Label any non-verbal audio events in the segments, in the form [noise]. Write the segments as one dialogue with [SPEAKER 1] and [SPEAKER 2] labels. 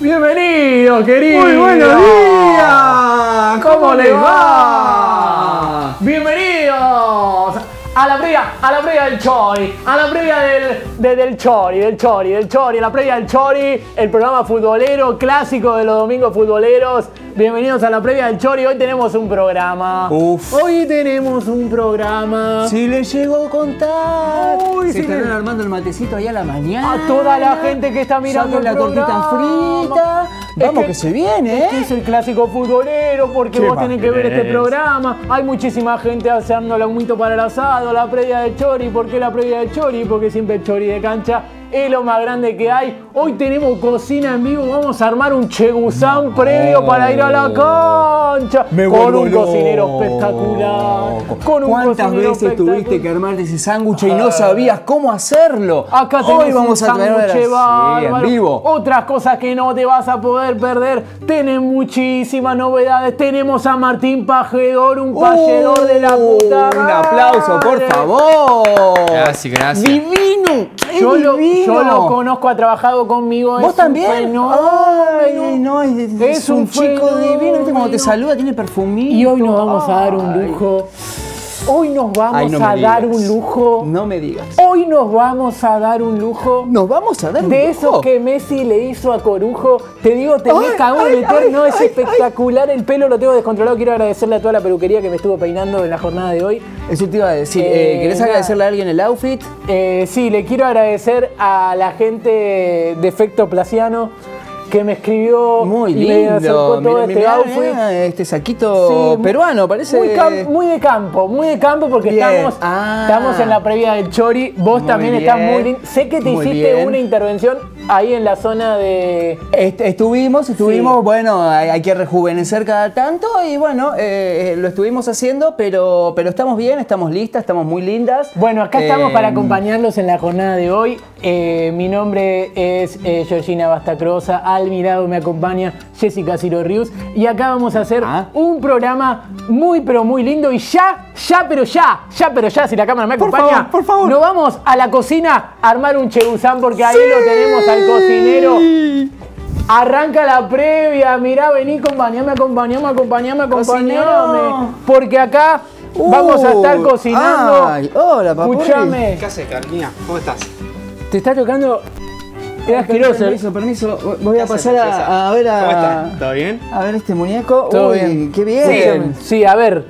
[SPEAKER 1] Bienvenido, querido.
[SPEAKER 2] Muy buenos días.
[SPEAKER 1] ¿Cómo, les va? Bienvenidos a la previa, a la previa del Chori, a la previa del, de- del Chori, del Chori, del Chori, a la previa del Chori, el programa futbolero clásico de los domingos futboleros. Bienvenidos a la previa del Chori. Hoy tenemos un programa.
[SPEAKER 2] Uf.
[SPEAKER 1] Hoy tenemos un programa.
[SPEAKER 2] Si le llegó a contar.
[SPEAKER 1] Uy,
[SPEAKER 2] se
[SPEAKER 1] si
[SPEAKER 2] estarán
[SPEAKER 1] le-
[SPEAKER 2] armando el matecito ahí a la mañana.
[SPEAKER 1] A toda la gente que está mirando
[SPEAKER 2] Saquen
[SPEAKER 1] el
[SPEAKER 2] la tortita
[SPEAKER 1] programa.
[SPEAKER 2] frita.
[SPEAKER 1] Es
[SPEAKER 2] Vamos que, se viene,
[SPEAKER 1] es que
[SPEAKER 2] ¿eh?
[SPEAKER 1] es el clásico futbolero, porque
[SPEAKER 2] ¿Qué
[SPEAKER 1] vos
[SPEAKER 2] más
[SPEAKER 1] tenés que ver este
[SPEAKER 2] querés?
[SPEAKER 1] programa. Hay muchísima gente haciendo la humito para el asado, la previa de Chori. ¿Por qué la previa de Chori? Porque siempre el Chori de cancha es lo más grande que hay. Hoy tenemos cocina en vivo, vamos a armar un chegusán previo para ir a la cancha.
[SPEAKER 2] Me
[SPEAKER 1] con
[SPEAKER 2] vuelvo
[SPEAKER 1] un cocinero
[SPEAKER 2] loco.
[SPEAKER 1] espectacular. Con un
[SPEAKER 2] ¿Cuántas
[SPEAKER 1] cocinero
[SPEAKER 2] veces tuviste
[SPEAKER 1] espectacular.
[SPEAKER 2] que armarte ese sándwich y no sabías cómo hacerlo?
[SPEAKER 1] Acá tenemos
[SPEAKER 2] Hoy vamos
[SPEAKER 1] un
[SPEAKER 2] a traer
[SPEAKER 1] sándwich
[SPEAKER 2] ahora- sí, en
[SPEAKER 1] bárbaro.
[SPEAKER 2] vivo.
[SPEAKER 1] Otras cosas que no te vas a poder perder. Tenemos muchísimas novedades. Tenemos a Martín Pajedor, un payedor de la puta.
[SPEAKER 2] Uh, Un aplauso, por
[SPEAKER 1] madre.
[SPEAKER 2] favor.
[SPEAKER 3] Gracias, gracias.
[SPEAKER 2] Divino. es
[SPEAKER 1] Yo lo,
[SPEAKER 2] divino.
[SPEAKER 1] yo lo conozco, ha trabajado conmigo. es
[SPEAKER 2] ¿Vos
[SPEAKER 1] un
[SPEAKER 2] también?
[SPEAKER 1] fenómeno.
[SPEAKER 2] Ay, no, es, es
[SPEAKER 1] Es
[SPEAKER 2] un,
[SPEAKER 1] un
[SPEAKER 2] chico
[SPEAKER 1] fenómeno.
[SPEAKER 2] divino. ¿Viste cuando te saluda? Tiene perfumito.
[SPEAKER 1] Y hoy nos vamos a dar un
[SPEAKER 2] Ay.
[SPEAKER 1] lujo. Hoy nos vamos
[SPEAKER 2] Ay, no
[SPEAKER 1] a
[SPEAKER 2] me
[SPEAKER 1] dar
[SPEAKER 2] digas.
[SPEAKER 1] un lujo.
[SPEAKER 2] No me digas.
[SPEAKER 1] Hoy nos vamos a dar un lujo.
[SPEAKER 2] ¿Nos vamos a dar un
[SPEAKER 1] De
[SPEAKER 2] lujo?
[SPEAKER 1] eso que Messi le hizo a Corujo, te digo, te
[SPEAKER 2] Ay,
[SPEAKER 1] me cago
[SPEAKER 2] ay,
[SPEAKER 1] en meter,
[SPEAKER 2] ay,
[SPEAKER 1] no, es
[SPEAKER 2] ay,
[SPEAKER 1] espectacular, el pelo lo tengo descontrolado, quiero agradecerle a toda la peluquería que me estuvo peinando en la jornada de hoy.
[SPEAKER 2] Eso te iba a decir.
[SPEAKER 1] Eh,
[SPEAKER 2] eh, ¿Querés
[SPEAKER 1] nada.
[SPEAKER 2] agradecerle a alguien el outfit?
[SPEAKER 1] Eh, sí, le quiero agradecer a la gente de Efecto Placiano que me escribió
[SPEAKER 2] Muy
[SPEAKER 1] Oh, y me
[SPEAKER 2] lindo.
[SPEAKER 1] acercó todo
[SPEAKER 2] Mirá,
[SPEAKER 1] este
[SPEAKER 2] mirá,
[SPEAKER 1] outfit.
[SPEAKER 2] mirá, este
[SPEAKER 1] Sí,
[SPEAKER 2] saquito
[SPEAKER 1] muy-
[SPEAKER 2] peruano, parece.
[SPEAKER 1] Muy, cam- muy de campo, muy de campo porque
[SPEAKER 2] Bien.
[SPEAKER 1] estamos,
[SPEAKER 2] Ah.
[SPEAKER 1] estamos en la previa del Chori. Vos
[SPEAKER 2] Muy
[SPEAKER 1] también estás
[SPEAKER 2] bien.
[SPEAKER 1] muy lindo. Sé que te
[SPEAKER 2] Muy
[SPEAKER 1] hiciste
[SPEAKER 2] bien.
[SPEAKER 1] una intervención ahí en la zona de,
[SPEAKER 2] Est- estuvimos, estuvimos,
[SPEAKER 1] Sí.
[SPEAKER 2] bueno, hay, hay que rejuvenecer cada tanto y bueno, eh, eh, lo estuvimos haciendo, pero, pero estamos bien, estamos listas, estamos muy lindas.
[SPEAKER 1] Bueno, acá estamos
[SPEAKER 2] Eh,
[SPEAKER 1] para acompañarlos en la jornada de hoy. Eh, mi nombre es eh, Georgina Bastacrosa, al mi lado me acompaña Jessica Ciro Rius y acá vamos a hacer
[SPEAKER 2] Ah.
[SPEAKER 1] un programa muy pero muy lindo y ya, ya pero ya, ya pero ya, si la cámara me
[SPEAKER 2] Por
[SPEAKER 1] acompaña,
[SPEAKER 2] favor, por favor.
[SPEAKER 1] nos vamos a la cocina a armar un chebuzán porque ahí lo tenemos al cocinero. Arranca la previa, mirá, vení, acompañame, acompañame, acompañame, acompañame.
[SPEAKER 2] Cocinero.
[SPEAKER 1] Porque acá vamos a estar
[SPEAKER 2] Uh,
[SPEAKER 1] cocinando.
[SPEAKER 2] ay, hola, papurri.
[SPEAKER 1] Escuchame,
[SPEAKER 3] haces, Carolina? ¿Cómo estás?
[SPEAKER 1] te está tocando. Es asqueroso. ¿eh?
[SPEAKER 2] Permiso, permiso, voy a
[SPEAKER 3] ¿Qué haces,
[SPEAKER 2] pasar a,
[SPEAKER 3] princesa?
[SPEAKER 2] a ver
[SPEAKER 3] ¿Cómo
[SPEAKER 2] a,
[SPEAKER 3] estás? ¿Todo bien?
[SPEAKER 2] a ver este muñeco.
[SPEAKER 1] Todo
[SPEAKER 2] Uy,
[SPEAKER 1] bien.
[SPEAKER 2] qué bien.
[SPEAKER 1] Sí, sí, a ver.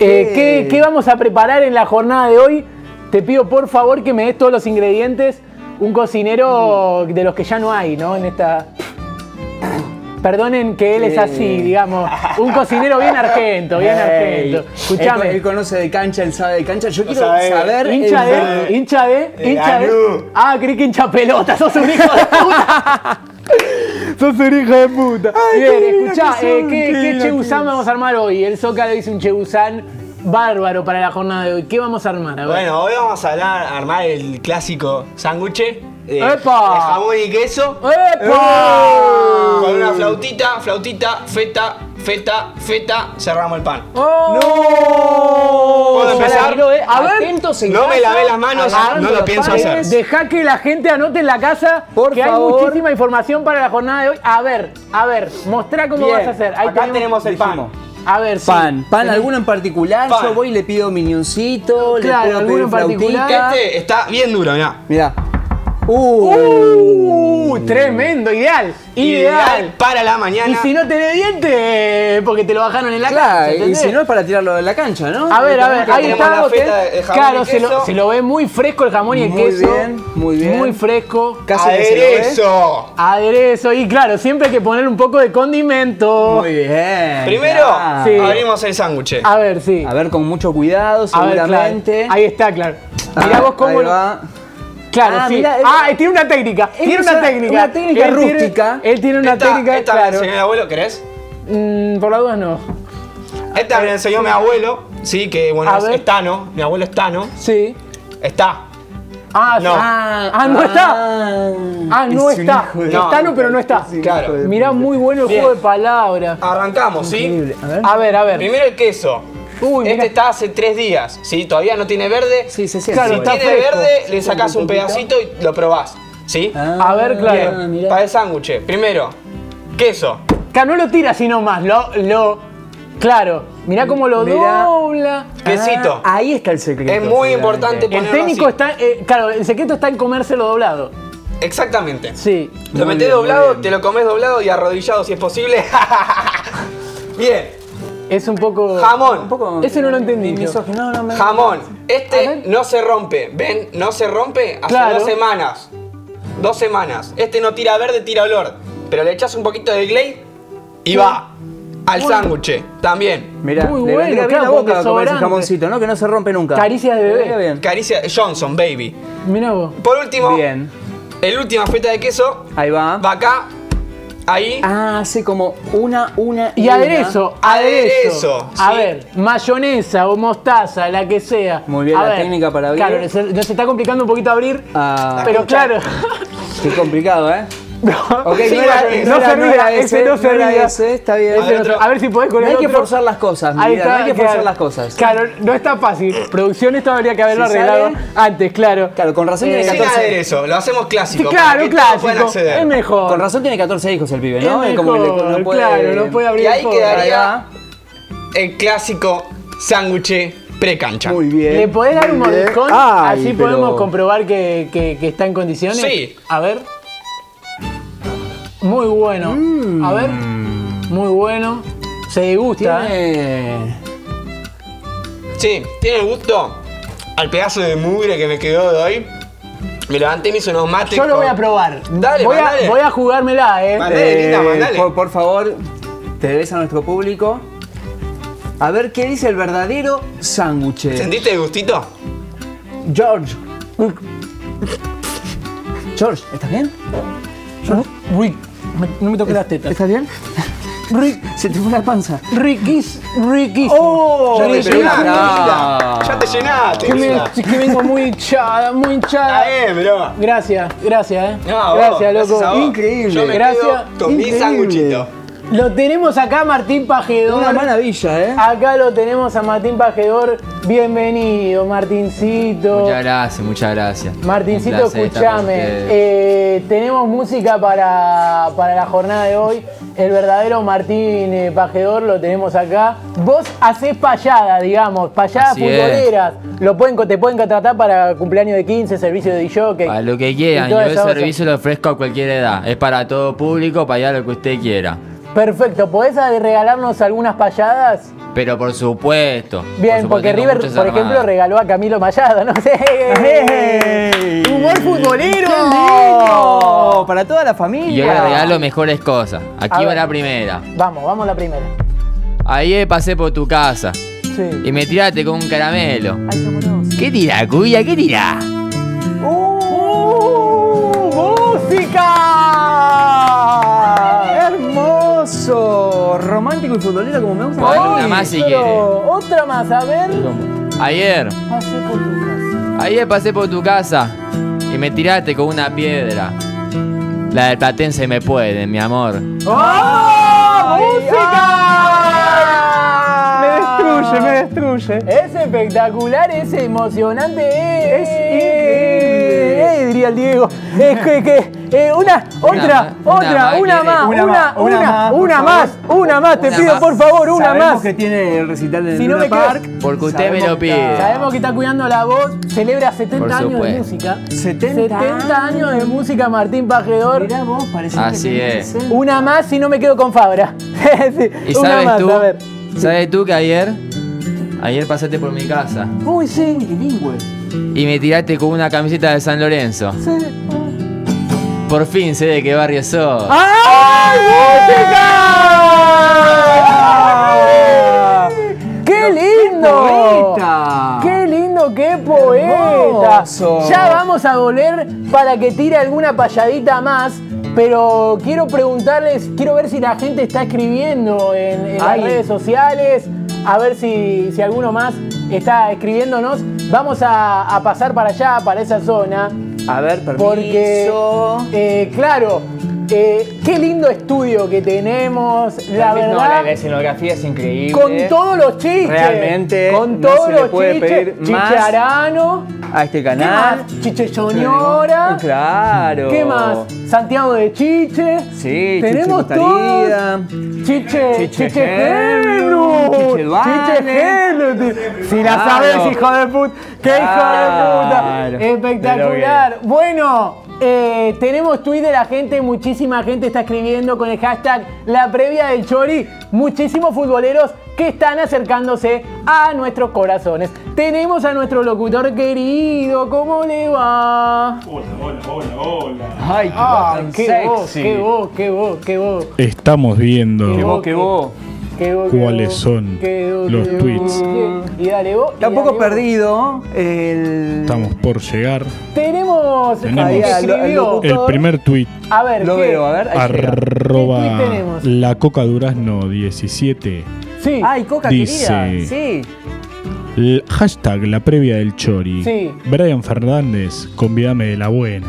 [SPEAKER 1] eh,
[SPEAKER 2] Sí.
[SPEAKER 1] ¿qué, qué vamos a preparar en la jornada de hoy? Te pido por favor que me des todos los ingredientes. Un cocinero de los que ya no hay, ¿no? En esta. Perdonen que él es así, digamos. Un cocinero bien argento, [laughs] bien
[SPEAKER 2] Ey,
[SPEAKER 1] argento. Escuchame.
[SPEAKER 2] Él, él conoce de cancha, él sabe de cancha. Yo quiero
[SPEAKER 3] sabe.
[SPEAKER 2] saber.
[SPEAKER 1] hincha
[SPEAKER 2] el-
[SPEAKER 1] de, hincha de,
[SPEAKER 3] Eh,
[SPEAKER 1] hincha de.
[SPEAKER 3] Anú.
[SPEAKER 1] Ah, creí que hincha pelota, sos un hijo de puta. [laughs] sos un hijo de puta.
[SPEAKER 2] Ay, qué
[SPEAKER 1] Bien,
[SPEAKER 2] divina
[SPEAKER 1] escuchá,
[SPEAKER 2] que
[SPEAKER 1] eh,
[SPEAKER 2] son,
[SPEAKER 1] ¿qué,
[SPEAKER 2] qué
[SPEAKER 1] qué
[SPEAKER 2] divina
[SPEAKER 1] chebusán
[SPEAKER 2] que
[SPEAKER 1] vamos a armar hoy? El Zócalo hizo un chebusán bárbaro para la jornada de hoy. ¿Qué vamos a armar? A ver.
[SPEAKER 3] Bueno, hoy vamos a hablar, a armar el clásico sándwich de,
[SPEAKER 1] ¡Epa!
[SPEAKER 3] de jamón y queso. Uh.
[SPEAKER 1] ¡Epa!
[SPEAKER 3] Con una flautita, flautita, feta, feta, feta, cerramos el pan.
[SPEAKER 1] ¡Oh!
[SPEAKER 3] ¿Puedo
[SPEAKER 1] Pará, eh,
[SPEAKER 3] empezar?
[SPEAKER 1] quiero ver- A ver,
[SPEAKER 2] Atentos en
[SPEAKER 3] No me
[SPEAKER 2] casa,
[SPEAKER 3] lavé las manos,
[SPEAKER 2] agarrando
[SPEAKER 3] no lo
[SPEAKER 2] los
[SPEAKER 3] pienso
[SPEAKER 2] panes.
[SPEAKER 3] hacer.
[SPEAKER 1] Deja que la gente anote en la casa
[SPEAKER 2] Por
[SPEAKER 1] que
[SPEAKER 2] favor.
[SPEAKER 1] hay muchísima información para la jornada de hoy. A ver, a ver, mostrá cómo
[SPEAKER 2] Bien,
[SPEAKER 1] vas a hacer. Ahí
[SPEAKER 3] Acá tenemos el pan.
[SPEAKER 2] dijimos.
[SPEAKER 1] A ver, sí.
[SPEAKER 2] Pan, pan alguno en particular,
[SPEAKER 3] Pan.
[SPEAKER 2] yo voy y le pido minioncito,
[SPEAKER 1] Claro,
[SPEAKER 2] le puedo
[SPEAKER 1] alguno
[SPEAKER 2] pedir
[SPEAKER 1] en particular.
[SPEAKER 2] flautita.
[SPEAKER 3] Este está bien duro, mirá.
[SPEAKER 2] Mirá. Uh,
[SPEAKER 1] ¡Uh! Tremendo, ideal. Ideal.
[SPEAKER 3] para la mañana.
[SPEAKER 1] Y si no tenés diente, porque te lo bajaron en la
[SPEAKER 2] claro,
[SPEAKER 1] cara.
[SPEAKER 2] y si no es para tirarlo de la cancha, ¿no?
[SPEAKER 1] A ver, a ver, ahí
[SPEAKER 3] Tenemos
[SPEAKER 1] está.
[SPEAKER 3] la
[SPEAKER 1] vos tenés-
[SPEAKER 3] feta de jamón
[SPEAKER 1] Claro,
[SPEAKER 3] y
[SPEAKER 1] se lo,
[SPEAKER 3] queso.
[SPEAKER 1] se lo ve muy fresco el jamón y el
[SPEAKER 2] Muy
[SPEAKER 1] queso.
[SPEAKER 2] bien, muy bien.
[SPEAKER 1] Muy fresco.
[SPEAKER 2] Casi que se lo ve.
[SPEAKER 3] ¡Aderezo!
[SPEAKER 1] Aderezo. Y claro, siempre hay que poner un poco de condimento.
[SPEAKER 2] Muy bien.
[SPEAKER 3] Primero,
[SPEAKER 2] Ah,
[SPEAKER 1] Sí.
[SPEAKER 3] abrimos el sándwich.
[SPEAKER 1] A ver, sí.
[SPEAKER 2] A ver, con mucho cuidado,
[SPEAKER 1] A ver, claro.
[SPEAKER 2] seguramente.
[SPEAKER 1] Ahí está, claro. Mirá
[SPEAKER 2] Ah,
[SPEAKER 1] vos cómo
[SPEAKER 2] ahí
[SPEAKER 1] lo-
[SPEAKER 2] va.
[SPEAKER 1] Claro,
[SPEAKER 2] Ah,
[SPEAKER 1] sí.
[SPEAKER 2] mirá, él-
[SPEAKER 1] ah, él tiene una técnica.
[SPEAKER 2] él
[SPEAKER 1] Tiene
[SPEAKER 2] usa
[SPEAKER 1] una técnica.
[SPEAKER 2] una técnica
[SPEAKER 1] Él tiene-
[SPEAKER 2] rústica.
[SPEAKER 1] él tiene una
[SPEAKER 3] esta,
[SPEAKER 1] técnica,
[SPEAKER 3] esta me
[SPEAKER 1] claro.
[SPEAKER 3] enseñó el abuelo, ¿querés?
[SPEAKER 1] Mm, por la duda no.
[SPEAKER 3] Esta me la enseñó mi abuelo, sí, que bueno,
[SPEAKER 1] A
[SPEAKER 3] es,
[SPEAKER 1] ver.
[SPEAKER 3] es Tano, mi abuelo es Tano.
[SPEAKER 1] Sí.
[SPEAKER 3] Está.
[SPEAKER 1] Ah,
[SPEAKER 3] No.
[SPEAKER 1] sí. Ah, no está. Ah, no
[SPEAKER 2] Es un
[SPEAKER 1] está.
[SPEAKER 2] hijo de-
[SPEAKER 3] No.
[SPEAKER 1] Está no, pero no está.
[SPEAKER 2] Es un
[SPEAKER 3] Claro.
[SPEAKER 2] hijo de-
[SPEAKER 1] Mirá, muy bueno el
[SPEAKER 3] Bien.
[SPEAKER 1] juego de palabras.
[SPEAKER 3] Arrancamos, ¿sí?
[SPEAKER 2] Increíble. A ver.
[SPEAKER 1] A ver, a ver.
[SPEAKER 3] Primero el queso.
[SPEAKER 1] Uy, mirá.
[SPEAKER 3] este está hace tres días, ¿sí? Todavía no tiene verde.
[SPEAKER 2] Sí, se siente.
[SPEAKER 1] Claro,
[SPEAKER 3] si
[SPEAKER 1] está
[SPEAKER 3] tiene
[SPEAKER 1] fresco.
[SPEAKER 3] verde,
[SPEAKER 2] Se
[SPEAKER 3] le
[SPEAKER 2] siente
[SPEAKER 3] sacás
[SPEAKER 2] un
[SPEAKER 3] un
[SPEAKER 2] poquito.
[SPEAKER 3] pedacito y lo probás, ¿sí?
[SPEAKER 2] Ah,
[SPEAKER 1] A ver, claro.
[SPEAKER 2] bien,
[SPEAKER 3] Bien,
[SPEAKER 2] mirá.
[SPEAKER 3] para el sándwich. Primero, Queso.
[SPEAKER 1] Claro, no lo tira así nomás, lo, lo. Claro, mirá cómo lo
[SPEAKER 2] Mirá.
[SPEAKER 1] dobla.
[SPEAKER 3] Quesito.
[SPEAKER 2] Ah, ahí está el secreto.
[SPEAKER 3] Es muy
[SPEAKER 2] seguramente.
[SPEAKER 3] importante
[SPEAKER 1] El
[SPEAKER 3] ponerlo
[SPEAKER 1] técnico
[SPEAKER 3] así.
[SPEAKER 1] está. eh, claro, el secreto está en comérselo doblado.
[SPEAKER 3] Exactamente.
[SPEAKER 1] Sí.
[SPEAKER 2] Muy
[SPEAKER 3] Lo metés
[SPEAKER 2] bien, muy
[SPEAKER 3] doblado,
[SPEAKER 2] bien.
[SPEAKER 3] te lo comes doblado y arrodillado si es posible. [laughs] Bien,
[SPEAKER 1] Es un poco.
[SPEAKER 2] Un
[SPEAKER 3] jamón.
[SPEAKER 2] poco.
[SPEAKER 1] Ese no lo entendí yo.
[SPEAKER 2] misógino, No, no me-
[SPEAKER 3] Jamón.
[SPEAKER 1] A
[SPEAKER 3] Este
[SPEAKER 1] ver.
[SPEAKER 3] no se rompe. ¿Ven? No se rompe hace
[SPEAKER 1] Claro.
[SPEAKER 3] dos semanas. Dos semanas. Este no tira verde, tira olor. Pero le echas un poquito de glade y va. Al
[SPEAKER 1] Bueno.
[SPEAKER 3] sándwich también.
[SPEAKER 2] Mirá,
[SPEAKER 1] Muy
[SPEAKER 2] le
[SPEAKER 1] bueno,
[SPEAKER 2] vendría bien
[SPEAKER 1] claro,
[SPEAKER 2] la boca
[SPEAKER 1] porque
[SPEAKER 2] con ese
[SPEAKER 1] sobrante.
[SPEAKER 2] jamoncito, ¿no? Que no se rompe nunca.
[SPEAKER 1] Caricias de
[SPEAKER 2] Le
[SPEAKER 1] bebé.
[SPEAKER 2] vendría bien.
[SPEAKER 3] Caricia Johnson, baby.
[SPEAKER 1] Mirá vos.
[SPEAKER 3] Por último,
[SPEAKER 2] Bien.
[SPEAKER 3] el última feta de queso
[SPEAKER 2] Ahí va.
[SPEAKER 3] va acá. Ahí.
[SPEAKER 2] Ah, hace como una, una
[SPEAKER 1] Y
[SPEAKER 2] una.
[SPEAKER 1] aderezo, aderezo.
[SPEAKER 3] Aderezo,
[SPEAKER 1] A
[SPEAKER 3] sí.
[SPEAKER 1] ver, mayonesa o mostaza, la que sea.
[SPEAKER 2] Muy bien,
[SPEAKER 1] A
[SPEAKER 2] la
[SPEAKER 1] ver,
[SPEAKER 2] técnica para abrir.
[SPEAKER 1] Claro, se- nos está complicando un poquito abrir,
[SPEAKER 2] Ah,
[SPEAKER 1] pero
[SPEAKER 3] concha.
[SPEAKER 1] claro.
[SPEAKER 2] Qué complicado, ¿eh? Ok,
[SPEAKER 3] Sin
[SPEAKER 2] no era, no
[SPEAKER 3] mayonesa.
[SPEAKER 1] No
[SPEAKER 2] era-
[SPEAKER 1] servía,
[SPEAKER 2] no era
[SPEAKER 1] ese
[SPEAKER 2] ese,
[SPEAKER 1] no
[SPEAKER 2] era
[SPEAKER 1] servía.
[SPEAKER 2] ese, está bien.
[SPEAKER 1] Ese no-
[SPEAKER 3] otro.
[SPEAKER 1] a ver si podés con
[SPEAKER 2] No
[SPEAKER 1] el
[SPEAKER 2] hay que
[SPEAKER 1] otro.
[SPEAKER 2] forzar las cosas, mi
[SPEAKER 1] Ahí
[SPEAKER 2] vida,
[SPEAKER 1] está,
[SPEAKER 2] no hay que
[SPEAKER 1] claro.
[SPEAKER 2] forzar las cosas.
[SPEAKER 1] Claro, no está fácil. Producción esto habría que haberlo
[SPEAKER 2] Si
[SPEAKER 1] arreglado
[SPEAKER 2] sale-
[SPEAKER 1] antes, claro.
[SPEAKER 2] Claro, con razón
[SPEAKER 1] Eh,
[SPEAKER 2] tiene
[SPEAKER 3] Sin
[SPEAKER 2] 14.
[SPEAKER 3] aderezo, lo hacemos
[SPEAKER 1] Sí,
[SPEAKER 3] clásico. para
[SPEAKER 1] claro,
[SPEAKER 3] que todos puedan
[SPEAKER 1] clásico.
[SPEAKER 3] acceder.
[SPEAKER 1] Es mejor.
[SPEAKER 2] Con razón tiene 14 hijos el pibe,
[SPEAKER 1] Es
[SPEAKER 2] ¿no?
[SPEAKER 1] mejor,
[SPEAKER 2] como que le-
[SPEAKER 1] claro, no puede abrir
[SPEAKER 3] Y ahí
[SPEAKER 1] todo.
[SPEAKER 3] quedaría-
[SPEAKER 2] Ahí va.
[SPEAKER 3] El clásico sándwich precancha.
[SPEAKER 2] Muy bien.
[SPEAKER 1] ¿Le podés dar un
[SPEAKER 2] muy bien.
[SPEAKER 1] mordiscón?
[SPEAKER 2] Ay,
[SPEAKER 1] Así
[SPEAKER 2] pero-
[SPEAKER 1] podemos comprobar que, que- que está en condiciones.
[SPEAKER 3] Sí.
[SPEAKER 1] A ver. Muy bueno. A ver. Muy bueno. Se degusta. ¿eh?
[SPEAKER 2] Tiene-
[SPEAKER 3] Sí, tiene gusto al pedazo de mugre que me quedó de hoy. Me levanté y me hice unos mates.
[SPEAKER 1] Yo lo
[SPEAKER 3] con-
[SPEAKER 1] voy a probar.
[SPEAKER 3] Dale,
[SPEAKER 1] voy, a,
[SPEAKER 3] mandale.
[SPEAKER 1] voy a jugármela, eh.
[SPEAKER 3] Vale. Mandale, linda, mandale.
[SPEAKER 2] Por, por favor, te debes a nuestro público. A ver qué dice el verdadero sándwich.
[SPEAKER 3] ¿Sentiste el gustito?
[SPEAKER 2] George. George, ¿estás bien?
[SPEAKER 1] Rick. me- no me toques
[SPEAKER 2] Eh,
[SPEAKER 1] las tetas.
[SPEAKER 2] ¿Estás bien?
[SPEAKER 1] Rick.
[SPEAKER 2] Se te fue la panza.
[SPEAKER 1] Riquis, riquísimo.
[SPEAKER 2] Oh,
[SPEAKER 1] Riquísimo.
[SPEAKER 2] Pero
[SPEAKER 3] Te llenaste,
[SPEAKER 2] no.
[SPEAKER 3] linda. Ya te llenaste.
[SPEAKER 1] Que me-
[SPEAKER 3] linda.
[SPEAKER 1] que vengo muy hinchada, muy hinchada.
[SPEAKER 3] Ah, eh, bro.
[SPEAKER 1] Gracias, gracias, eh.
[SPEAKER 3] No, vos,
[SPEAKER 1] gracias, loco.
[SPEAKER 3] gracias a vos.
[SPEAKER 2] Increíble.
[SPEAKER 3] Yo me
[SPEAKER 1] Gracias.
[SPEAKER 3] quedo con mi
[SPEAKER 2] Increíble.
[SPEAKER 3] sanguchito.
[SPEAKER 1] Lo tenemos acá Martín Pajedor.
[SPEAKER 2] Una maravilla, ¿eh?
[SPEAKER 1] Acá lo tenemos a Martín Pajedor. Bienvenido, Martincito.
[SPEAKER 4] Muchas gracias, muchas gracias. Un
[SPEAKER 1] Martincito,
[SPEAKER 4] placer estar con
[SPEAKER 1] escúchame.
[SPEAKER 4] ustedes.
[SPEAKER 1] eh, tenemos música para, para la jornada de hoy. El verdadero Martín eh, Pajedor lo tenemos acá. Vos hacés payada, digamos, payadas
[SPEAKER 4] Así es.
[SPEAKER 1] futboleras. Lo pueden, co- te pueden contratar para cumpleaños de 15, servicio de DJ.
[SPEAKER 4] Para lo que
[SPEAKER 1] y
[SPEAKER 4] quieran, yo
[SPEAKER 1] toda
[SPEAKER 4] el
[SPEAKER 1] esa cosa.
[SPEAKER 4] servicio lo ofrezco a cualquier edad. Es para todo público, para allá lo que usted quiera.
[SPEAKER 1] Perfecto, ¿podés ah, regalarnos algunas payadas?
[SPEAKER 4] Pero por supuesto. por
[SPEAKER 1] Bien,
[SPEAKER 4] supuesto,
[SPEAKER 1] porque
[SPEAKER 4] tengo
[SPEAKER 1] River,
[SPEAKER 4] muchas
[SPEAKER 1] por ejemplo,
[SPEAKER 4] armadas.
[SPEAKER 1] regaló a Camilo Mallado, no sé.
[SPEAKER 2] ¡Ey!
[SPEAKER 1] ¡Humor futbolero!
[SPEAKER 2] ¡Qué lindo! Para toda la familia.
[SPEAKER 4] Y yo le regalo mejores cosas. Aquí
[SPEAKER 1] A
[SPEAKER 4] va
[SPEAKER 1] ver.
[SPEAKER 4] la primera.
[SPEAKER 1] Vamos, vamos a la primera.
[SPEAKER 4] Ayer pasé por tu casa
[SPEAKER 1] Sí.
[SPEAKER 4] y me tiraste con un caramelo.
[SPEAKER 2] Ay, qué amoroso.
[SPEAKER 4] ¿Qué tira, cuya? ¿Qué tira?
[SPEAKER 1] ¡Música!
[SPEAKER 2] Hermoso. Romántico y futbolero como me gusta.
[SPEAKER 4] Bueno,
[SPEAKER 2] Ay,
[SPEAKER 4] una más si
[SPEAKER 1] Pero,
[SPEAKER 4] quiere.
[SPEAKER 1] Otra más, a ver.
[SPEAKER 4] Ayer,
[SPEAKER 1] Pase por tu casa.
[SPEAKER 4] ayer pasé por tu casa y me tiraste con una piedra. La del Platense me puede, mi amor.
[SPEAKER 1] ¡Oh!
[SPEAKER 2] Me
[SPEAKER 1] ¡Música!
[SPEAKER 2] destruye, me destruye.
[SPEAKER 1] Es espectacular, es emocionante, es,
[SPEAKER 2] Es increíble.
[SPEAKER 1] eh, diría el Diego. Es que, que, eh, una, otra,
[SPEAKER 4] más, una
[SPEAKER 1] otra, una
[SPEAKER 4] más, ¿quiere?
[SPEAKER 1] más, una,
[SPEAKER 2] Una
[SPEAKER 1] una,
[SPEAKER 2] más, una más, por
[SPEAKER 1] una
[SPEAKER 2] favor.
[SPEAKER 1] más, una más, te
[SPEAKER 4] Una
[SPEAKER 1] pido
[SPEAKER 4] más.
[SPEAKER 1] por favor, una
[SPEAKER 2] Sabemos
[SPEAKER 1] más.
[SPEAKER 2] que tiene el recital en
[SPEAKER 1] Si no
[SPEAKER 2] Luna
[SPEAKER 1] me quedo-
[SPEAKER 2] Park.
[SPEAKER 4] Porque usted me
[SPEAKER 2] Sabemos
[SPEAKER 4] lo
[SPEAKER 2] que
[SPEAKER 4] pide.
[SPEAKER 1] Sabemos que está cuidando la voz, celebra 70
[SPEAKER 4] Por
[SPEAKER 1] años de
[SPEAKER 4] supuesto.
[SPEAKER 1] música.
[SPEAKER 2] 70
[SPEAKER 1] años de música, Martín Pajedor.
[SPEAKER 2] Mirá vos, parece
[SPEAKER 4] Así
[SPEAKER 2] que tenés
[SPEAKER 4] es.
[SPEAKER 2] 60.
[SPEAKER 1] Una más si no me quedo con Fabra. [laughs] Sí,
[SPEAKER 4] ¿Y
[SPEAKER 1] una
[SPEAKER 4] sabes
[SPEAKER 1] más,
[SPEAKER 4] tú?
[SPEAKER 1] a ver.
[SPEAKER 4] ¿Sabes tú que ayer? Ayer pasaste por mi casa
[SPEAKER 1] Uy, sí,
[SPEAKER 2] Bilingüe.
[SPEAKER 4] y me tiraste con una camiseta de San Lorenzo.
[SPEAKER 1] sí.
[SPEAKER 4] Por fin sé de qué barrio sos.
[SPEAKER 1] Ah. ¡Ay, música! ¡Qué lindo!
[SPEAKER 2] poeta!
[SPEAKER 1] ¡Qué lindo, qué poeta!
[SPEAKER 2] Hermoso.
[SPEAKER 1] Ya vamos a volver para que tire alguna payadita más. Pero quiero preguntarles, quiero ver si la gente está escribiendo en, en las
[SPEAKER 2] Ay.
[SPEAKER 1] redes sociales, a ver si, si alguno más está escribiéndonos. Vamos a- a pasar para allá, para esa zona.
[SPEAKER 2] A ver, permiso.
[SPEAKER 1] Porque, eh, claro, eh, qué lindo estudio que tenemos, la
[SPEAKER 2] No,
[SPEAKER 1] verdad.
[SPEAKER 2] la escenografía es increíble.
[SPEAKER 1] con todos los chistes.
[SPEAKER 2] Realmente,
[SPEAKER 1] Con
[SPEAKER 2] no
[SPEAKER 1] todos
[SPEAKER 2] se le
[SPEAKER 1] los
[SPEAKER 2] puede
[SPEAKER 1] chistes.
[SPEAKER 2] pedir más.
[SPEAKER 1] Chicharano.
[SPEAKER 2] a este
[SPEAKER 1] ¿Qué
[SPEAKER 2] canal.
[SPEAKER 1] más? Chiche Soñora.
[SPEAKER 2] Claro.
[SPEAKER 1] ¿Qué más? Santiago de Chiche.
[SPEAKER 2] Sí,
[SPEAKER 1] tenemos
[SPEAKER 2] Chiche Costa
[SPEAKER 1] todos. Chiche, Chiche,
[SPEAKER 2] Chiche
[SPEAKER 1] Genu.
[SPEAKER 2] Genu, Chiche Vane.
[SPEAKER 1] Genu. Si la
[SPEAKER 2] Claro.
[SPEAKER 1] sabes, hijo de puta. ¡Qué
[SPEAKER 2] Claro.
[SPEAKER 1] hijo de puta! Espectacular. Bueno, eh, tenemos tweet de la gente. Muchísima gente está escribiendo con el hashtag La Previa del Chori. Muchísimos futboleros que están acercándose a nuestros corazones. Tenemos a nuestro locutor querido. ¿Cómo le va?
[SPEAKER 2] Ay, qué voz
[SPEAKER 1] Ay,
[SPEAKER 2] tan
[SPEAKER 1] qué
[SPEAKER 2] sexy.
[SPEAKER 1] voz, qué voz, qué voz, qué voz.
[SPEAKER 5] Estamos
[SPEAKER 1] Qué
[SPEAKER 2] Qué
[SPEAKER 5] viendo.
[SPEAKER 2] voz, qué voz.
[SPEAKER 1] Qué voz, qué
[SPEAKER 5] ¿Cuáles
[SPEAKER 1] voz,
[SPEAKER 5] son
[SPEAKER 1] qué voz,
[SPEAKER 5] los
[SPEAKER 1] qué voz.
[SPEAKER 5] tweets?
[SPEAKER 1] Y dale vos. y
[SPEAKER 2] Está un poco
[SPEAKER 1] dale vos.
[SPEAKER 2] perdido el.
[SPEAKER 5] Estamos por llegar.
[SPEAKER 1] Tenemos.
[SPEAKER 5] Tenemos.
[SPEAKER 1] Ahí
[SPEAKER 2] Al- al
[SPEAKER 1] escribió.
[SPEAKER 5] El primer tweet.
[SPEAKER 1] A ver,
[SPEAKER 2] Lo
[SPEAKER 1] ¿qué?
[SPEAKER 2] veo, a ver. ahí llega.
[SPEAKER 1] ¿Qué tweet
[SPEAKER 5] Arroba
[SPEAKER 1] tenemos?
[SPEAKER 5] la coca durazno 17.
[SPEAKER 1] Sí.
[SPEAKER 2] Ay, Coca
[SPEAKER 5] Dice- Eh,
[SPEAKER 2] querida. Sí.
[SPEAKER 5] L- hashtag la previa del chori.
[SPEAKER 1] Sí.
[SPEAKER 5] Brian Fernández, convídame de la buena.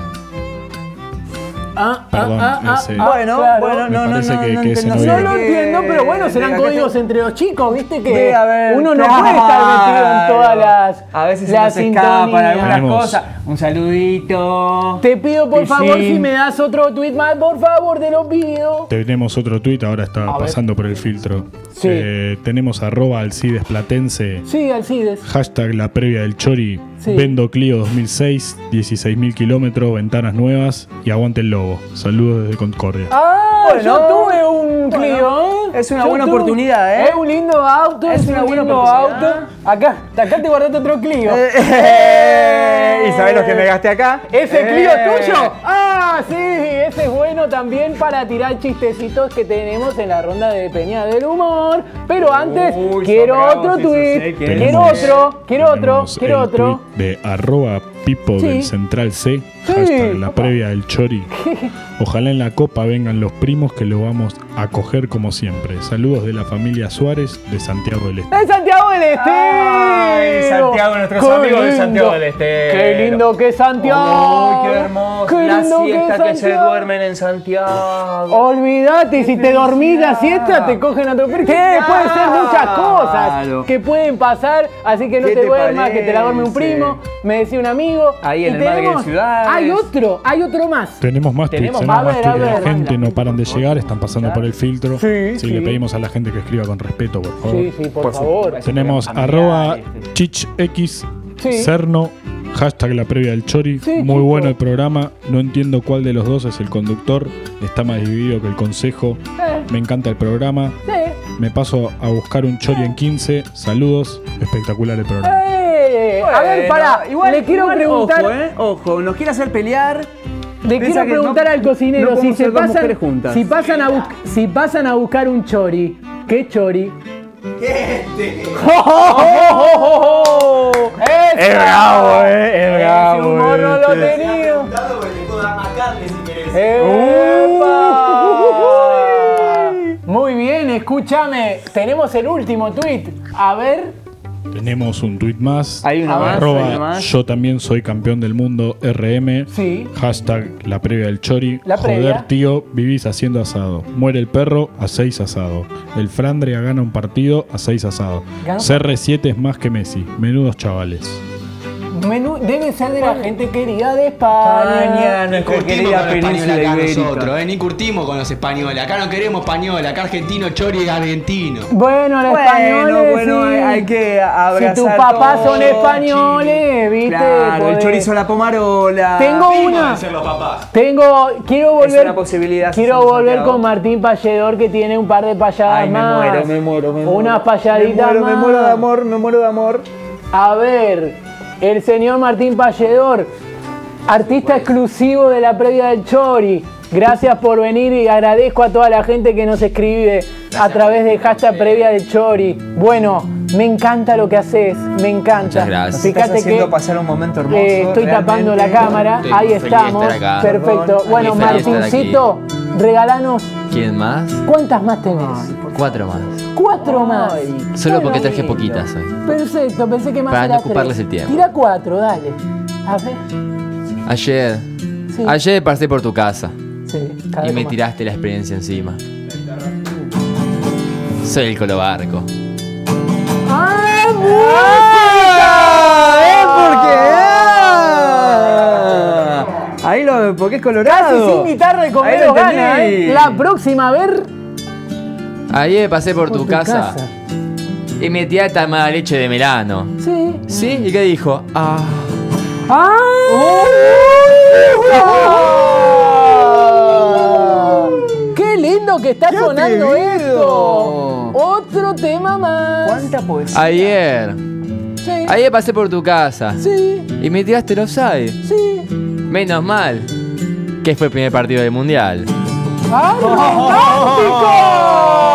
[SPEAKER 1] Ah, ah,
[SPEAKER 5] Perdón,
[SPEAKER 1] ah, ah,
[SPEAKER 5] ese-
[SPEAKER 1] ah,
[SPEAKER 2] bueno,
[SPEAKER 1] claro.
[SPEAKER 2] bueno, no,
[SPEAKER 5] Me
[SPEAKER 2] no, no,
[SPEAKER 5] parece
[SPEAKER 2] no,
[SPEAKER 5] que-
[SPEAKER 2] no,
[SPEAKER 5] que ese
[SPEAKER 2] entiendo.
[SPEAKER 5] no
[SPEAKER 1] No
[SPEAKER 5] viene.
[SPEAKER 1] lo entiendo, pero bueno, serán
[SPEAKER 2] Acá
[SPEAKER 1] códigos
[SPEAKER 2] está-
[SPEAKER 1] entre los chicos, viste que
[SPEAKER 2] Ve a ver,
[SPEAKER 1] uno no
[SPEAKER 2] claro.
[SPEAKER 1] puede estar metido en todas las
[SPEAKER 2] A veces se
[SPEAKER 1] las
[SPEAKER 2] nos escapan
[SPEAKER 1] sintonías.
[SPEAKER 2] algunas
[SPEAKER 5] Tenemos-
[SPEAKER 2] cosas. Un saludito.
[SPEAKER 1] Te pido por favor
[SPEAKER 2] Piscín.
[SPEAKER 1] si me das otro tweet más, por favor, te lo pido.
[SPEAKER 5] Tenemos otro tuit, ahora está
[SPEAKER 1] A ver.
[SPEAKER 5] pasando por el filtro.
[SPEAKER 1] Sí.
[SPEAKER 5] Eh, tenemos arroba Alcides Platense.
[SPEAKER 1] Sí, Alcides.
[SPEAKER 5] Hashtag la previa del Chori.
[SPEAKER 1] Sí.
[SPEAKER 5] Vendo Clio 2006, 16.000 kilómetros, ventanas nuevas y aguante el lobo. Saludos desde Concordia.
[SPEAKER 1] Ah,
[SPEAKER 2] Bueno,
[SPEAKER 1] yo tuve un
[SPEAKER 2] Oh, bueno,
[SPEAKER 1] Clio, ¿eh?
[SPEAKER 2] es una
[SPEAKER 1] Yo
[SPEAKER 2] buena
[SPEAKER 1] tuve-
[SPEAKER 2] oportunidad, ¿eh?
[SPEAKER 1] Es un lindo auto, es,
[SPEAKER 2] Es
[SPEAKER 1] una
[SPEAKER 2] una
[SPEAKER 1] un
[SPEAKER 2] buena
[SPEAKER 1] lindo auto.
[SPEAKER 2] oportunidad. Eh,
[SPEAKER 1] Acá, acá te guardaste otro Clio. ¡Eh!
[SPEAKER 2] ¿Y sabés lo eh, que me gasté acá?
[SPEAKER 1] ¿Ese Clio
[SPEAKER 2] Eh.
[SPEAKER 1] es tuyo? Ah, sí, ese es bueno también para tirar chistecitos que tenemos en la ronda de Peña del Humor. Pero antes,
[SPEAKER 2] Uy,
[SPEAKER 1] quiero
[SPEAKER 2] sobramos,
[SPEAKER 1] otro
[SPEAKER 2] eso
[SPEAKER 1] tweet,
[SPEAKER 2] sé que
[SPEAKER 5] es.
[SPEAKER 1] quiero otro, quiero otro,
[SPEAKER 5] Tenemos
[SPEAKER 1] quiero
[SPEAKER 5] el
[SPEAKER 1] otro.
[SPEAKER 5] tuit de arroba Pipo
[SPEAKER 1] Sí.
[SPEAKER 5] del Central C. Hashtag la previa del Chori. Ojalá en la copa vengan los primos que lo vamos a coger como siempre. Saludos de la familia Suárez de Santiago del Este.
[SPEAKER 1] ¡Es Santiago del Estero!
[SPEAKER 2] Ay, Santiago, nuestros
[SPEAKER 1] Qué
[SPEAKER 2] amigos de
[SPEAKER 1] lindo.
[SPEAKER 2] Santiago del Estero.
[SPEAKER 1] ¡Qué lindo que es Santiago!
[SPEAKER 2] Uy, qué hermoso.
[SPEAKER 1] ¡Qué
[SPEAKER 2] la
[SPEAKER 1] lindo que es
[SPEAKER 2] siesta que, se
[SPEAKER 1] Santiago!
[SPEAKER 2] duermen en Santiago.
[SPEAKER 1] Olvídate, si te dormís la siesta te cogen a tu ¿Qué? Pueden ser muchas cosas
[SPEAKER 2] Claro.
[SPEAKER 1] que pueden pasar, así que no
[SPEAKER 2] ¿Qué
[SPEAKER 1] te,
[SPEAKER 2] te
[SPEAKER 1] duermas, que te la duerme un
[SPEAKER 2] parece?
[SPEAKER 1] primo, me decía un amigo.
[SPEAKER 2] Ahí
[SPEAKER 1] Y
[SPEAKER 2] en el Madre de
[SPEAKER 1] tenemos-
[SPEAKER 2] Ciudades.
[SPEAKER 1] Hay otro, hay otro más.
[SPEAKER 5] Tenemos más tweets,
[SPEAKER 2] Tenemos-
[SPEAKER 5] tenemos
[SPEAKER 1] a
[SPEAKER 5] más
[SPEAKER 1] ver,
[SPEAKER 5] tweets.
[SPEAKER 1] a ver.
[SPEAKER 5] la gente no paran de llegar, están pasando por el filtro.
[SPEAKER 1] Sí, sí.
[SPEAKER 5] le pedimos a la gente que escriba con respeto, por favor.
[SPEAKER 1] Sí, sí, por, favor.
[SPEAKER 5] Tenemos
[SPEAKER 2] Familiar,
[SPEAKER 5] arroba
[SPEAKER 2] este.
[SPEAKER 5] chichx,
[SPEAKER 1] Sí.
[SPEAKER 5] cerno, hashtag la previa del chori.
[SPEAKER 1] Sí,
[SPEAKER 5] Muy
[SPEAKER 1] chico.
[SPEAKER 5] bueno el programa. No entiendo cuál de los dos es el conductor. Está más dividido que el consejo.
[SPEAKER 1] Eh,
[SPEAKER 5] Me encanta el programa.
[SPEAKER 1] eh,
[SPEAKER 5] Me paso a buscar un chori en 15. Saludos. Espectacular el programa.
[SPEAKER 1] eh. a ver,
[SPEAKER 2] Bueno,
[SPEAKER 1] pará,
[SPEAKER 2] igual-
[SPEAKER 1] le quiero
[SPEAKER 2] igual,
[SPEAKER 1] preguntar,
[SPEAKER 2] Ojo, eh, ojo, nos quiere hacer pelear.
[SPEAKER 1] le quiero
[SPEAKER 2] Pensá que
[SPEAKER 1] preguntar
[SPEAKER 2] no-
[SPEAKER 1] al cocinero
[SPEAKER 2] no
[SPEAKER 1] si
[SPEAKER 2] podemos
[SPEAKER 1] se
[SPEAKER 2] ser dos
[SPEAKER 1] pasan,
[SPEAKER 2] mujeres juntas.
[SPEAKER 1] si pasan a bus- si pasan a buscar un chori, ¿qué chori? [laughs] ¡Oh, ¡Es bravo, eh! ¡Es bravo! oh, Ese humor
[SPEAKER 2] eh,
[SPEAKER 1] no
[SPEAKER 2] este.
[SPEAKER 1] lo tenía.
[SPEAKER 2] Uh,
[SPEAKER 1] ¡Epa! Muy bien, escúchame. Tenemos el último tweet. A ver.
[SPEAKER 5] Tenemos un tweet más.
[SPEAKER 2] Hay uno más,
[SPEAKER 5] Arroba,
[SPEAKER 2] hay uno más.
[SPEAKER 5] yo también soy campeón del mundo RM.
[SPEAKER 1] Sí.
[SPEAKER 5] Hashtag la previa del chori.
[SPEAKER 1] La previa.
[SPEAKER 5] Joder, tío, vivís haciendo asado. Muere el perro a 6 asado. El Flandria gana un partido a 6 asado.
[SPEAKER 1] Gana-
[SPEAKER 5] CR7 es más que Messi. Menudos chavales.
[SPEAKER 1] Menú, debe ser de la gente querida de
[SPEAKER 2] Ah,
[SPEAKER 3] Este
[SPEAKER 1] España.
[SPEAKER 3] Ni
[SPEAKER 2] nuestra
[SPEAKER 3] curtimos con
[SPEAKER 2] querida
[SPEAKER 3] los
[SPEAKER 2] península
[SPEAKER 3] españoles acá
[SPEAKER 2] ibérica.
[SPEAKER 3] nosotros, eh, ni curtimos con los españoles. Acá no queremos españoles, acá argentino, chori y argentino.
[SPEAKER 1] Bueno, los
[SPEAKER 2] Bueno,
[SPEAKER 1] españoles. sí.
[SPEAKER 2] bueno, hay, hay que
[SPEAKER 1] Si
[SPEAKER 2] abrazar
[SPEAKER 1] tus papás
[SPEAKER 2] todo.
[SPEAKER 1] son españoles, viste.
[SPEAKER 2] Claro, el
[SPEAKER 1] Podés-
[SPEAKER 2] chorizo a la pomarola.
[SPEAKER 1] Tengo una. Tengo, quiero
[SPEAKER 2] Es
[SPEAKER 1] volver.
[SPEAKER 2] una posibilidad,
[SPEAKER 1] Quiero
[SPEAKER 2] Santiago.
[SPEAKER 1] volver con Martín Palledor que tiene un par de payadas
[SPEAKER 2] Ay, me
[SPEAKER 1] más.
[SPEAKER 2] muero, me muero, me muero.
[SPEAKER 1] Unas payaditas
[SPEAKER 2] Me muero, me
[SPEAKER 1] más.
[SPEAKER 2] muero de amor, me muero de amor.
[SPEAKER 1] A ver, el señor Martín Palledor, artista exclusivo de la previa del Chori. Gracias por venir y agradezco a toda la gente que nos escribe a través de hashtag previa del Chori. Bueno, me encanta lo que haces, me encanta.
[SPEAKER 4] Muchas gracias.
[SPEAKER 2] Te estás
[SPEAKER 1] Fíjate
[SPEAKER 2] haciendo
[SPEAKER 1] que
[SPEAKER 2] pasar un momento hermoso.
[SPEAKER 1] eh, estoy
[SPEAKER 2] realmente.
[SPEAKER 1] tapando la cámara,
[SPEAKER 4] Estoy
[SPEAKER 1] ahí
[SPEAKER 4] feliz de
[SPEAKER 1] estamos.
[SPEAKER 4] estar acá.
[SPEAKER 1] Perfecto.
[SPEAKER 2] Perdón.
[SPEAKER 1] Bueno,
[SPEAKER 4] Feliz de estar aquí.
[SPEAKER 1] Martincito, regalanos
[SPEAKER 4] ¿Quién más?
[SPEAKER 1] cuántas más tenés.
[SPEAKER 4] Cuatro más.
[SPEAKER 1] Cuatro más.
[SPEAKER 4] Solo porque
[SPEAKER 1] Bueno,
[SPEAKER 4] traje poquitas hoy.
[SPEAKER 1] Perfecto, pensé que más
[SPEAKER 4] Para
[SPEAKER 1] era
[SPEAKER 4] no ocuparles
[SPEAKER 1] tres.
[SPEAKER 4] el tiempo.
[SPEAKER 1] Tira cuatro, dale. A ver.
[SPEAKER 4] Ayer.
[SPEAKER 1] Sí.
[SPEAKER 4] Ayer pasé por tu casa
[SPEAKER 1] Sí, cada
[SPEAKER 4] y
[SPEAKER 1] vez
[SPEAKER 4] me
[SPEAKER 1] más.
[SPEAKER 4] tiraste la experiencia encima. Soy el colobarco.
[SPEAKER 1] ¡Ah,
[SPEAKER 2] ¡Ah! ¿Ves por qué?
[SPEAKER 1] Ah.
[SPEAKER 2] Claro, porque es colorado.
[SPEAKER 1] Casi sin guitarra de
[SPEAKER 2] Ahí
[SPEAKER 1] comer
[SPEAKER 2] lo
[SPEAKER 1] gana, ¿eh?
[SPEAKER 2] entendí.
[SPEAKER 1] La próxima, a ver.
[SPEAKER 4] Ayer pasé por, tu,
[SPEAKER 1] tu
[SPEAKER 4] casa,
[SPEAKER 1] casa.
[SPEAKER 4] y mi tía está mala leche de Milano.
[SPEAKER 1] Sí.
[SPEAKER 4] ¿Sí? ¿Y qué dijo? Ah.
[SPEAKER 1] ¡Ah!
[SPEAKER 2] Oh.
[SPEAKER 1] ¡Qué lindo que está
[SPEAKER 2] ¡Qué
[SPEAKER 1] sonando
[SPEAKER 2] atrevido!
[SPEAKER 1] esto! Otro tema más.
[SPEAKER 2] ¿Cuánta poesía?
[SPEAKER 4] Ayer.
[SPEAKER 1] Sí.
[SPEAKER 4] Ayer pasé por tu casa
[SPEAKER 1] Sí,
[SPEAKER 4] y me tiraste los hay.
[SPEAKER 1] sí.
[SPEAKER 4] Menos mal que fue el primer partido del mundial.
[SPEAKER 1] [laughs] ¡Ah, romántico!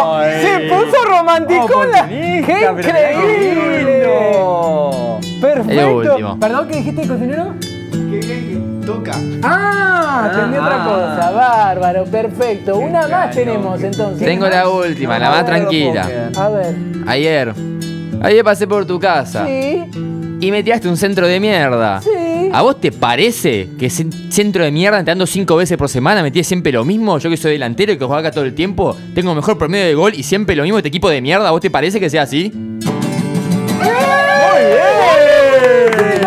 [SPEAKER 1] Oh, Se puso romántico la. ¡Qué
[SPEAKER 2] Oportunista, pero
[SPEAKER 1] increíble!
[SPEAKER 2] lindo.
[SPEAKER 4] Lo
[SPEAKER 1] Perfecto.
[SPEAKER 4] último.
[SPEAKER 1] ¿Perdón qué dijiste, cocinero?
[SPEAKER 3] Qué bien que toca.
[SPEAKER 1] Ah, entendí
[SPEAKER 2] Ah.
[SPEAKER 1] otra cosa. Bárbaro, perfecto. Una más
[SPEAKER 2] cañón,
[SPEAKER 1] tenemos
[SPEAKER 2] qué-
[SPEAKER 1] entonces.
[SPEAKER 4] Tengo la última, la más
[SPEAKER 2] no lo puedo
[SPEAKER 4] tranquila.
[SPEAKER 2] creer.
[SPEAKER 1] A ver.
[SPEAKER 4] Ayer. Ayer pasé por tu casa
[SPEAKER 1] Sí,
[SPEAKER 4] y me tiraste un centro de mierda.
[SPEAKER 1] sí.
[SPEAKER 4] ¿A vos te parece que ese centro de mierda entrando cinco veces por semana metí siempre lo mismo? Yo que soy delantero y que juega acá todo el tiempo, tengo mejor promedio de gol y siempre lo mismo este equipo de mierda. ¿A vos te parece que sea así?
[SPEAKER 2] Una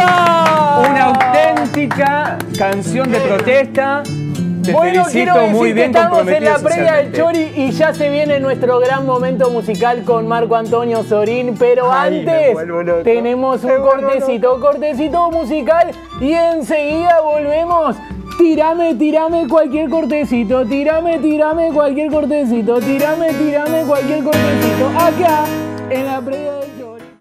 [SPEAKER 1] Ah.
[SPEAKER 2] auténtica canción de protesta. Te
[SPEAKER 1] Bueno,
[SPEAKER 2] felicito,
[SPEAKER 1] quiero decir
[SPEAKER 2] muy bien
[SPEAKER 1] que estamos en
[SPEAKER 2] comprometido
[SPEAKER 1] la previa del
[SPEAKER 2] socialmente.
[SPEAKER 1] Chori y ya se viene nuestro gran momento musical con Marco Antonio Sorín, pero
[SPEAKER 2] Ay, me
[SPEAKER 1] antes
[SPEAKER 2] vuelvo loco.
[SPEAKER 1] tenemos un
[SPEAKER 2] Me vuelvo
[SPEAKER 1] cortecito, cortecito musical y enseguida volvemos. Tirame, tirame cualquier cortecito, tirame, tirame cualquier cortecito, tirame, tirame cualquier cortecito, acá en la previa del Chori.